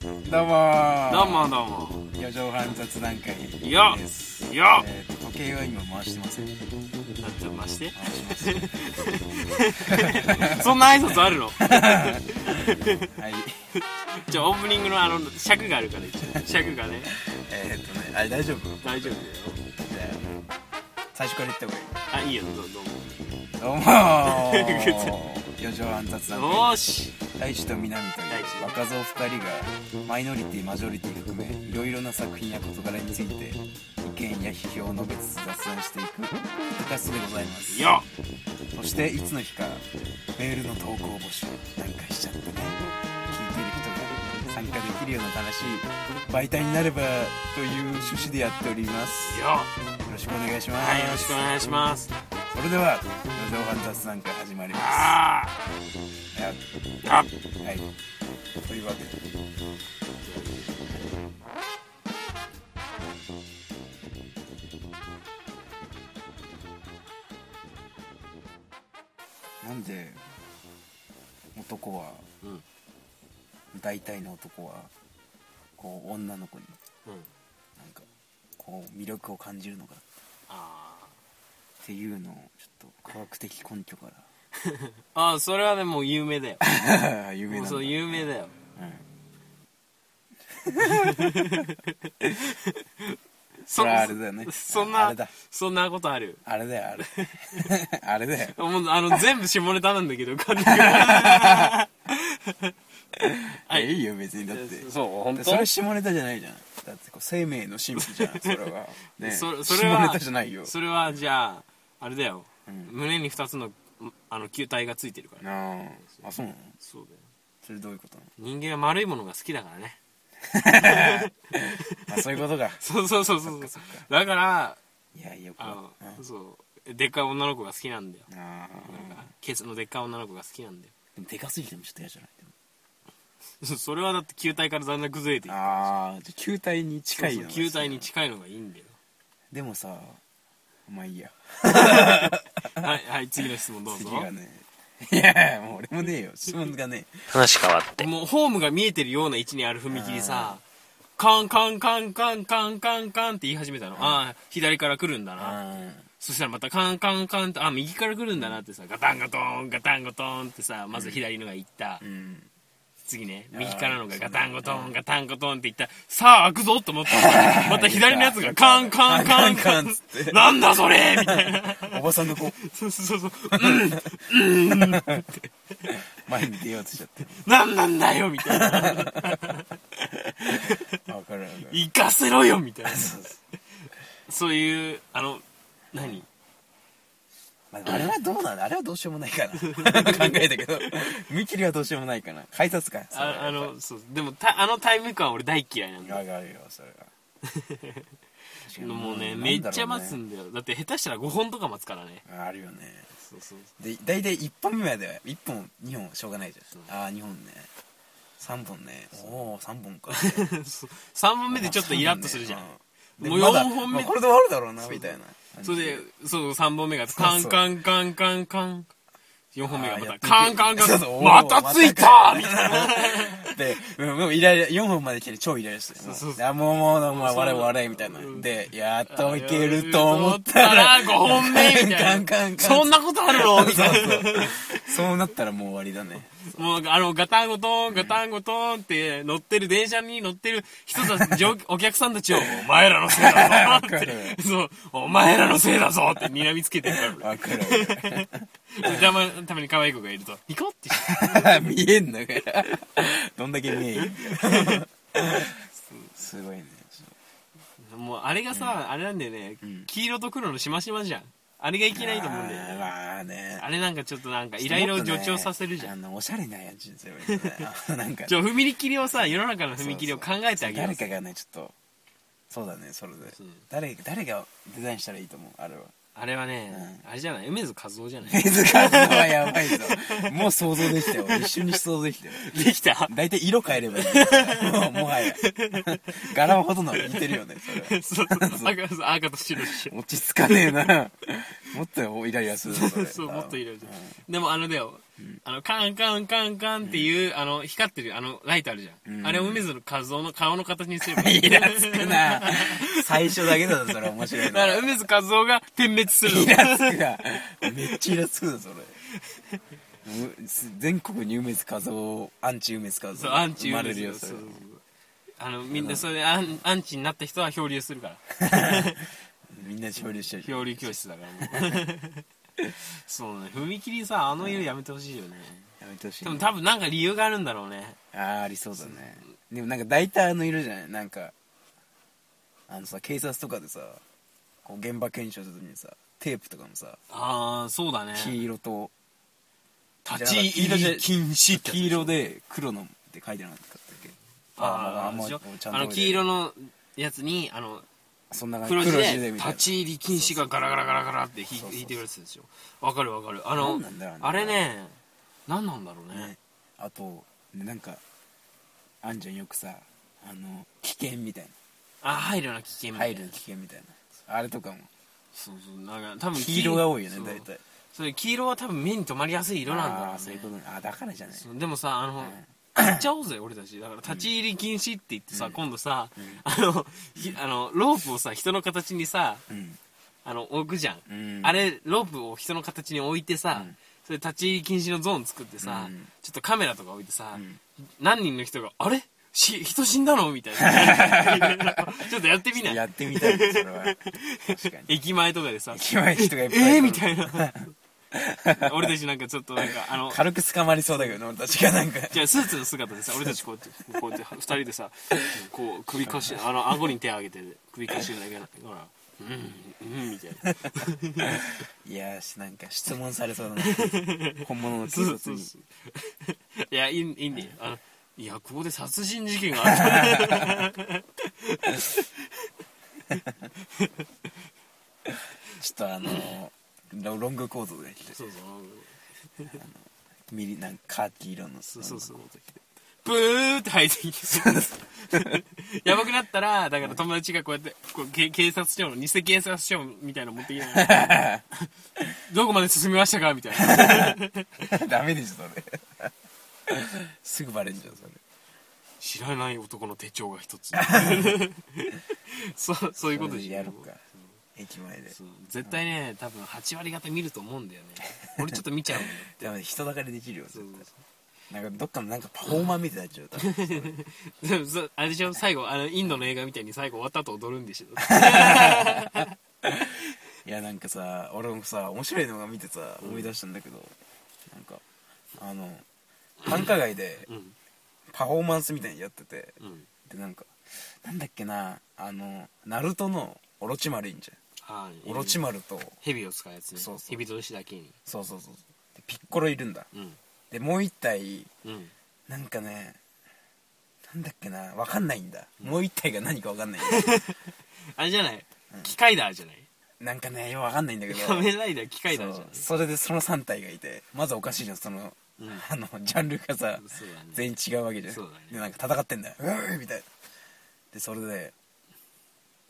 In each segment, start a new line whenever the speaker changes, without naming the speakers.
どうもー
どうもどうも
四畳半雑談会です
いやいや
えーと時計は今回して ません回し
だってまして
ますは
そんな挨拶あるの
い
じゃあオープニングのあの尺があるから一応尺がね
えー、っとねあれ大丈夫
大丈夫だよ
じゃあ最初から言った方がい
あいいよどうどうも
いどうもー四畳半雑談
よ
会
ーし
大地と南とい
大地
う若造二人がマイノリティマジョリティ含めいろいろな作品や事柄について意見や批評を述べつつ雑談していくポッドキャストでございます
よ
そしていつの日かメールの投稿募集なんかしちゃってね聞いてる人が参加できるような楽しい媒体になればという趣旨でやっております
よ
よろしくお願いします、
はいよろしくお願いします
それでは四畳半雑談会始まります
あ
は
ーあ
いはいというわけでなんで男は、
うん
大体の男はこう女の子に
うん
なんかこう魅力を感じるのかっ
あ
ていうのをちょっと科学的根拠か
ーあーそれはねもう有名だよ
ら 有名
も
なだ
うんそう有名だよ
そ
そ
れはあれだよね
そん
あ
な
れだ
そんなことある
あれだよあれ あれだよ
もうあの全部下ネタなんだけど軽くはい
い、いよ別にだって
そう本
それ下ネタじゃないじゃんだってこう生命の神秘じゃ んそれは、ね、
そそれは
下ネタじゃないよ
それはじゃああれだよ、
ん
胸に2つのあの球体がついてるから、ね、
あああそうなの
そうだよ
それどういうことなの、
人間は丸いものが好きだからね
まあ、そういうことか
そうそうそうそうだから
いやいやこれ
あ
あ
の、そうでっかい女の子が好きなんだよ、
あ
なんかケツのでっかい女の子が好きなんだよ
でもでかすぎてもちょっと嫌じゃないでも
それはだって球体からだんだん崩れていく
ああじゃあ球体に近い
そう
の
そう球体に近いのがいいんだよ
でもさまあいいや
はいはい次の質問どうぞ
次がねいやもう俺もねえよ質問がね
話変わって
もうホームが見えてるような位置にある踏切さカンカンカンカンカンカンカンって言い始めたの、ああ左から来るんだな、
あ
そしたらまたカンカンカンってあ右から来るんだなってさガタンガトーンガタンゴトーンってさまず左のが行った、
ーうん
次ね
ー
右からのがガタンゴトーンガタンゴトーンって行ったさあ開くぞと思った らまた左のやつがカンカンカンカ
カンカンカン
ン
っつって
なんだそれみたいな
おばさんのこう
そうそうそううん
前に出ようとしちゃって
なんなんだよみたいな
分かる分かる
行かせろよみたいなそういうあの何
まあでもあれはどうなのあれはどうしようもないかな考えたけ ど見切りはどうしようもないかな改札か
ああのそうでもたあのタイム感俺大嫌いなんだ
上がるよそれが確かに
もうね
なんだろ
めっちゃ待つんだよだって下手したら5本とか待つからね
あるよね
そうそう
で大体1本目までは1本2本しょうがないじゃんああ2本ね3本ねおお3本か
3本目で ちょっとイラッとするじゃん、
で
もう
まだ
4本目
まあこれで終わるだろうなみたいな
それでそう3本目が
う
カン
そう
カンカンカンカン4本目がま
あーや
た
ってくる
カンカンカ
そう
ン
そう
またついた みたいな
で、うん、もうイライラ、4本まで来て超イライラして、もう
そうそう
あもう、もう、もう、
そう
笑い笑いみたいな
う。ん
で、やっといけると思った
5
ら、
本目みた
カ
い
ンカンカン
なそんなことあるのみたいな
そうそうそうなったらもう終わりだね。
もう、あの、ガタンゴトーン、ガタンゴトーンって乗ってる、電車に乗ってる人たち、乗お客さんたちを、 お前らのせいだぞっ
わか
て、
る
そう、お前らのせいだぞって睨みつけてるか、
わかるわから
たま、たまに可愛い子がいると、ピコってして
る見えんのかよどんだけ見えんのすごいね。
もう、あれがさ、あれなんだよね、黄色と黒のしましまじゃん。あれがいけないと思うんだよ
あー
ね。
まあね。
あれなんかちょっとなんか、いろいろ助長させるじゃん。
ん。あの、おしゃれなやつにすればいいんだよねあのなんか
じ、ゃあ、踏み切りをさ、世の中の踏み切りを考えてあげよ
誰
う。
かがね、ちょっと、そうだね、それで
そう。
誰、誰がデザインしたらいいと思うあれは。
あれはね、あれじゃない梅津和夫じゃない
手塚さんはやばいぞ。 もう想像できたよ。一瞬に想像できたよ。
でき た
大体色変えればい い。もう、もはや。柄はほとんど似てるよね、それは。
そうそう赤赤と白でしょ
落ち着かねえな。もっとイライラするぞそれ
そうもっとイライラする
う
でもあのだよ、あのカンカンカンカンっていう、あの光ってるあのライトあるじゃん、
うん
あれを梅津の和夫の顔の形にすれば
ん イラつくな最初だけだぞそれ面白い
だ
の
から梅津和夫が点滅するの
イラつくなめっちゃイラつくなそれうす全国に梅津和夫アンチ梅津和夫
そうアンチ
生ま
梅津
れるよそれ
そうそうそうあのみんなそれでアンアンチになった人は漂流するから
みんな漂流しちゃう
漂流教室だか らもうそうね踏切さあの色やめてほしいよね、
やめてほしい
で
な
も多分なんか理由があるんだろうね
あーありそうだねでもなんか大体あの色じゃないなんかあのさ警察とかでさこう現場検証する時にさテープとかもさ
ああそうだね
黄色と
立ち入り禁止ってやつ
黄色で黒のって書いてなかったっけ
あ
ま
ーでしょ
ちゃんと
あの黄色のやつにあの
そんな感じ
黒字で
みたい
立
な
ち入り禁止がガラガラガラガラってひ
そうそうそう
引いてるやつですよわかるわかるあの
何なんだろうね
あれね何なんだろうね
ねあとなんかあんじゃんよくさあの危険みたい
あ入るな危険
な
みた
入
いな
る危険みたいなあれとかも
そうそうなんか多分
黄色が多いよね
そう
大体
それ黄色は多分目に留まりやすい色なんだろう
あ
ね
ーそういうことねあだからじゃない
そうでもさあの、買っちゃおうぜ俺たちだから立ち入り禁止って言ってさ、今度さ、あのひあのロープをさ人の形にさ
うん
あの置くじゃん、
うん
あれロープを人の形に置いてさ、
ん
それ立ち入り禁止のゾーン作ってさ、
うん
ちょっとカメラとか置いてさ、
ん
何人の人が「あれし人死んだの?」みたい なちょっとやってみな
や
い
ってみたいねそれは 確かに
駅前とかでさ「
駅前人がいっぱい
えー、み
い
たいな俺たちなんかちょっとなんか あの
軽く捕まりそうだけどね俺たちがなんか
じゃあスーツの姿でさ俺たちこうやってこうやって二人でさこう首かしあの顎に手を上げて首かしげながらほらうんうんみたいない
やーしなんか質問されそうだな本物の警
そう
察
そう
に
そう いやいいいいんだよあのいやここで殺人事件があった
ちょっとあのーロロングコートで来て
そうそう
ミリなんかカーキ色の
そ
そう
そうそうブーって入ってきてやばくなったらだから友達がこうやってこうけ警察署の偽警察署みたいなの持って きてどこまで進みましたかみたいな
ダメでしょそれすぐバレんじゃんそれ
知らない男の手帳が一つ そうそういうことでしょ
やろうか駅前で
そう絶対ね多分8割方見ると思うんだよね俺ちょっと見ちゃうもん
でも人だかりできるよ
そ
絶
う
対なんかどっかのなんかパフォーマーみたいになっちゃ う多分
でもそうあれでしょ最後あのインドの映画みたいに最後終わった後踊るん でしょ
いやなんかさ俺もさ面白いのが見てさ思い出したんだけど、なんかあの繁華街で
うん
パフォーマンスみたいにやってて、
うん
でなんかなんだっけなあのナルトのオロチマルいんじ
あ
ゃんオロチマルと
蛇を使うやつね
そうそう
蛇同士だけに
そうそうそうでピッコロいるんだ
うん
でもう一体
うん
なんかねなんだっけなわかんないんだもう一体が何かわかんないんだ
あれじゃない、機械だじゃない
なんかねよくわかんないんだけど
仮面ライダー機械だじゃ
そ
ないう
それでその3体がいてまずおかしいじゃんその,、
うん
あのジャンルがさ、
そうだね
全員違うわけじゃん、
そうだね
でなんか戦ってんだようーみたいなでそれで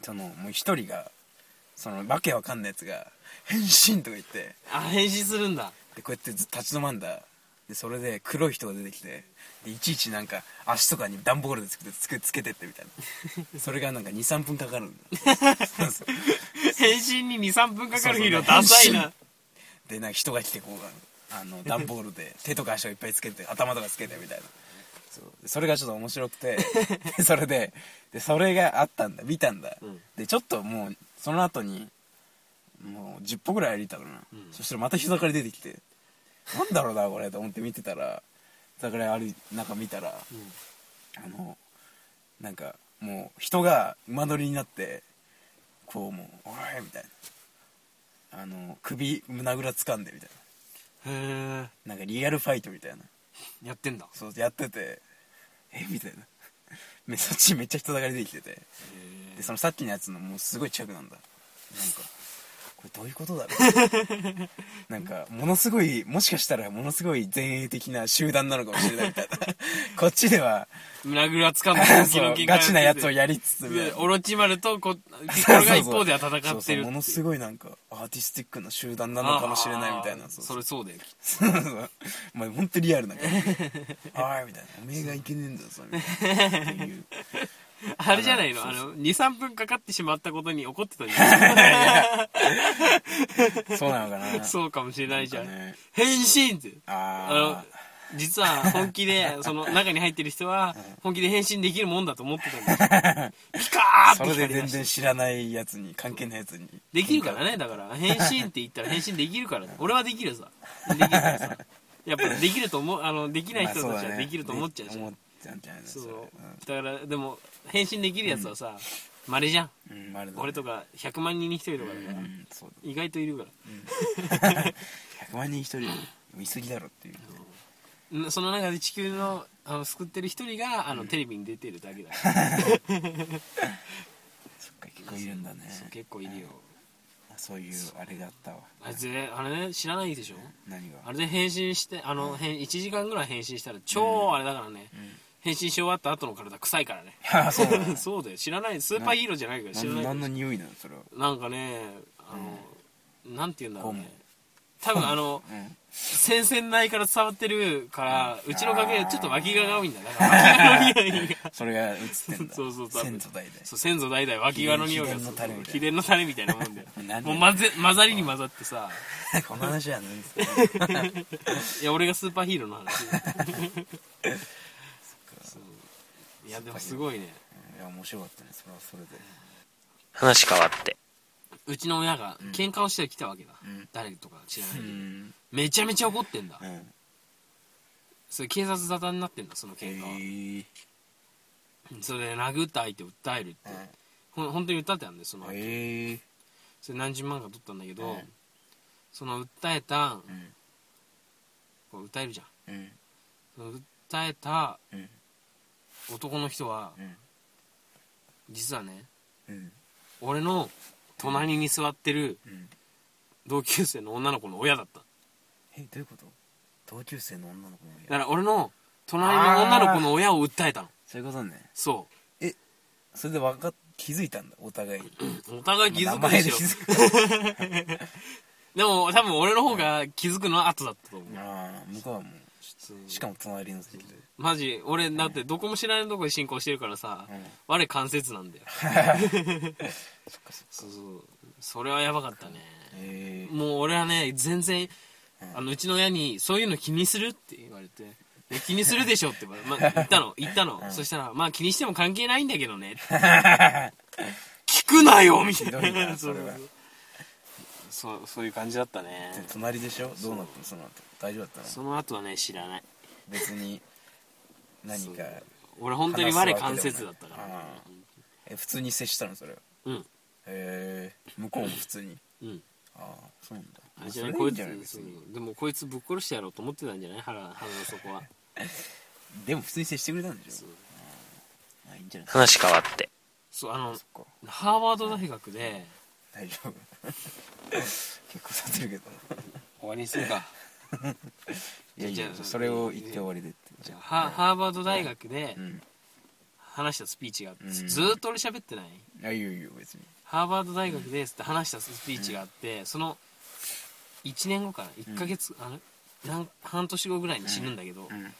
そのもう一人がそのわけわかんないやつが「変身!」とか言って
あ変身するんだ
でこうやってずっと立ち止まんだでそれで黒い人が出てきてでいちいちなんか足とかに段ボールでつけてつけつけてってみたいなそれがなんか23分かかるんだそう そう
変身に23分かかるヒーローダサいな
でなんか人が来てこうあの段ボール で手とか足をいっぱいつけて頭とかつけてみたいな そうでそれがちょっと面白く てでそれででそれがあったんだ見たんだ、
うん
でちょっともうその後にもう10歩ぐらい歩いたからな、そしたらまた人だかり出てきてなんだろうなこれと思って見てたら人だかり歩い中見たら、あのなんかもう人が馬乗りになってこうもう「おい!」みたいなあの首胸ぐら掴んでみたい
へ
ななんかリアルファイトみたいな
えやってんだ
そうやっててえみたいな めそっちめっちゃ人だかりできててでそのさっきのやつのもうすごい近くなんだなんかれどういうことだろ うなんかものすごいもしかしたらものすごい前衛的な集団なのかもしれないみたいな こっちで は
胸ぐらつかんで本気
そう
の限界
ガチなやつをやりつつみたい
で
な
オロチマルとこピッコロが一方では戦ってる
そうそうものす
ご
ごい
い
なんかアーティスティックな集団なのかもしれないみたいな
それそうだよきっ
そうそうまあ本当リアルな感じああみたいなおめえがいけねえんだぞそれみたいなっていう
とあれじゃないのあの23分かかってしまったことに怒ってたじゃ
そうなのか なん
そうかもしれないじゃん
なんかね
変身ってあ
あ
の実は本 気でその中に入ってる人は本気で変身できるもんだと思ってたんだ ピカ
あ
ー
そ
ッ
れで
て光り
全
出して
然知らないやつに関係ないやつに
できるからねだから変身って言ったら変身できるから俺はできるさできるからさやっぱできると思うあのできない
まあ
人
そう
た
だ
ち
ね
はできると思っちゃうじゃん、
思っちゃうんじゃないの
そう
それ
だからでも変身できるやつはさ、まれじゃん
うんうんまるで
俺とか100万人に1人とかだ
う
から、
んそうだ
意外といるか
100万人一人見すぎだろっていう
らんその中で地球のあの救ってる一人があの、テレビに出てるだけだ から
そっか結構いるんだね
そう結構いるよ
そういうあれがあったわ
あれぜあれね知らないでしょ
何が
あれで変身してあの、変1時間ぐらい変身したら超あれだからね、変身し終わった後の体臭いからね
あそうなの
そうだよ知らないスーパーヒーローじゃないから知らない
何何の匂いなのそれは
なんかねあの、なんて言うんだろうね多分あの
うん
先々内から伝わってるから、うちの家系ちょっと脇がが多いん だだから脇がの匂いが
それが映ってんだ
そうそうそう
先祖代々
そう先祖代々脇がの匂いが
秘伝のタレみたいな
そう秘伝のタレみたいなもんで
なんで
もう混ぜ混ざりに混ざってさ
この話は何ですか
いや俺がスーパーヒーローの話そういやでもすごいね
いや面白かったねそれはそれで
話変わって
うちの親が喧嘩をしてきたわけだ、
ん
誰とか知らないけ
う
ど、
ん
めちゃめちゃ怒ってんだ、
うん
それ警察沙汰になってんだその
へ
喧嘩は、
え
それで殴った相手を訴えるって、ほん本当に訴えたんだよその相手
へえ
それ何十万か取ったんだけど、
うん
その訴えた、
ん
こう訴えるじゃん
うん
その訴えた
うん
男の人は、
うん
実はね
うん
俺の隣に座ってる
うん
同級生の女の子の親だった
えどういうこと同級生の女の子の
だ
親
から俺の隣の女の子の親を訴えたの
そういうことね
そ
それで分かっ気づいたんだお互い
うんお互い気づく
まあ名
で
前
しょ
気づく
でも多分俺の方が気づくのは後だったと思う、
ああ向こうはも
そう
うしかも隣の席で
マジ俺だってどこも知らないとこで進行してるからさ、
うん
我関節なんだよ
そっかそっか
そうそうそれはやばかったね
へえ
もう俺はね全然
うん
あのうちの親に「そういうの気にする?」って言われて「で気にするでしょ」って言われま言っ たの言ったの、そしたら「まあ気にしても関係ないんだけどね」聞くなよ!」みたいな
ひどいな
う
それは
そうそうそういう感じだったね
隣でしょどうなったのその後大丈夫だった
そ
の
の後はね知らない
別に何か
俺本当に我関節だったから、ね、
あえ普通に接したのそれは
うん
へえ向こうも普通に
うん
ああそうなんだ
あじ
そ
ゃ
れ
あ
い
こ
い
い
ん
つ
じゃない別に
そうでもこいつぶっ殺してやろうと思ってたんじゃない腹腹の底 は
でも普通に接してくれたんでし
そ
ょ
う
まあいいんじゃない
話変わって
そうあの
そっか
ハーバード大学で
大丈夫 結構さってるけど
終わりにするか
いやい
じゃ
や
あじゃあ
それを言って終わりでって
じゃあハハーバード大学で
うん
話したスピーチがあって、
うん
ずーっと俺喋ってない
あいいよいいよ別に
ハーバード大学ですって話したスピーチがあって、その1年後かな1ヶ月、あのなん半年後ぐらいに死ぬんだけど、
うん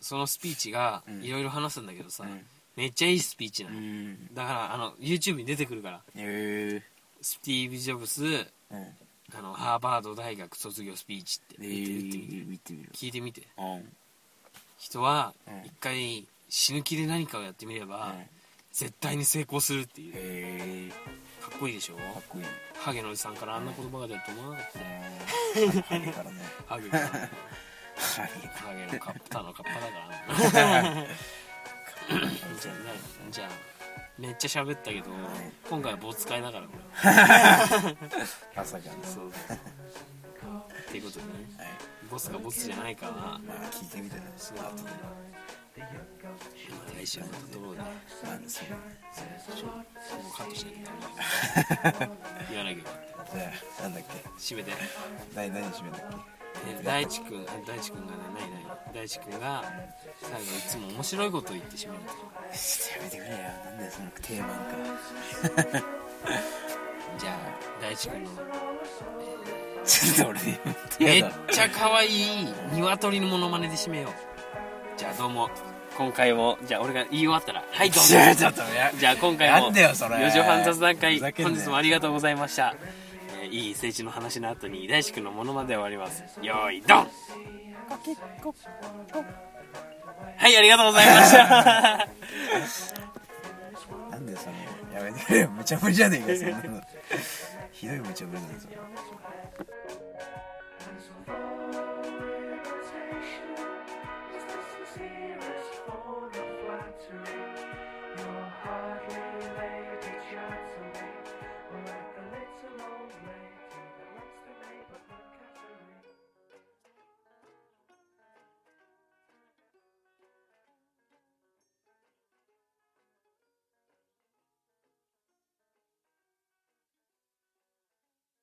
そのスピーチが
ん
いろいろ話すんだけどさ、
うん
めっちゃいいスピーチな
う
の、
ん
だからあの YouTube に出てくるから
へ
スティーブ・ジョブズ
えうん
あのハーバード大学卒業スピーチって
え
言って言ってみて
見てみる
聞いてみて
うん
人は
うん
一回死ぬ気で何かをやってみれば
うん
絶対に成功するっていうか
へえ
っこいいでしょ
かっ こいい
ハゲのおじさんからあんな言葉が出ると思わなかった
うんあれからね
ハゲから
はい
ハゲのカッパのカッパだから なじゃあなじゃあめっちゃ喋ったけど今回は棒使いながらこ
朝からね
れそうそうそうっていうことでね
はい
ボスかボスじゃないかは
まあ聞いてみたら
そう
後で
来週のドローで
なんですよ
もうカットしないと言わなきゃいけない
じゃあなんだっけ
締めて
何何締めだっ
え大地君大地君がなないない大地君が最後いつも面白いこと言ってしまう
けちょっとやめてくれよなんだよその定番か
じゃあ大地君の
ちょっと俺ね
めっ
やだ
ちゃ可愛い鶏のモノマネで締めようじゃあどうも今回もじゃあ俺が言い終わったらはいどう
ちょ
も
ちょっとや
じゃあ今回も
なんだよそれ
四畳半雑談会
ふざけんな
本
よ
日もありがとうございました、えーいい政治の話の後に大志くんのものまで終わりますよーいドンはいありがとうございました
なんでそのやめてくれよ無茶ぶりじゃねえかそんなのひどい無茶ぶりなんですよ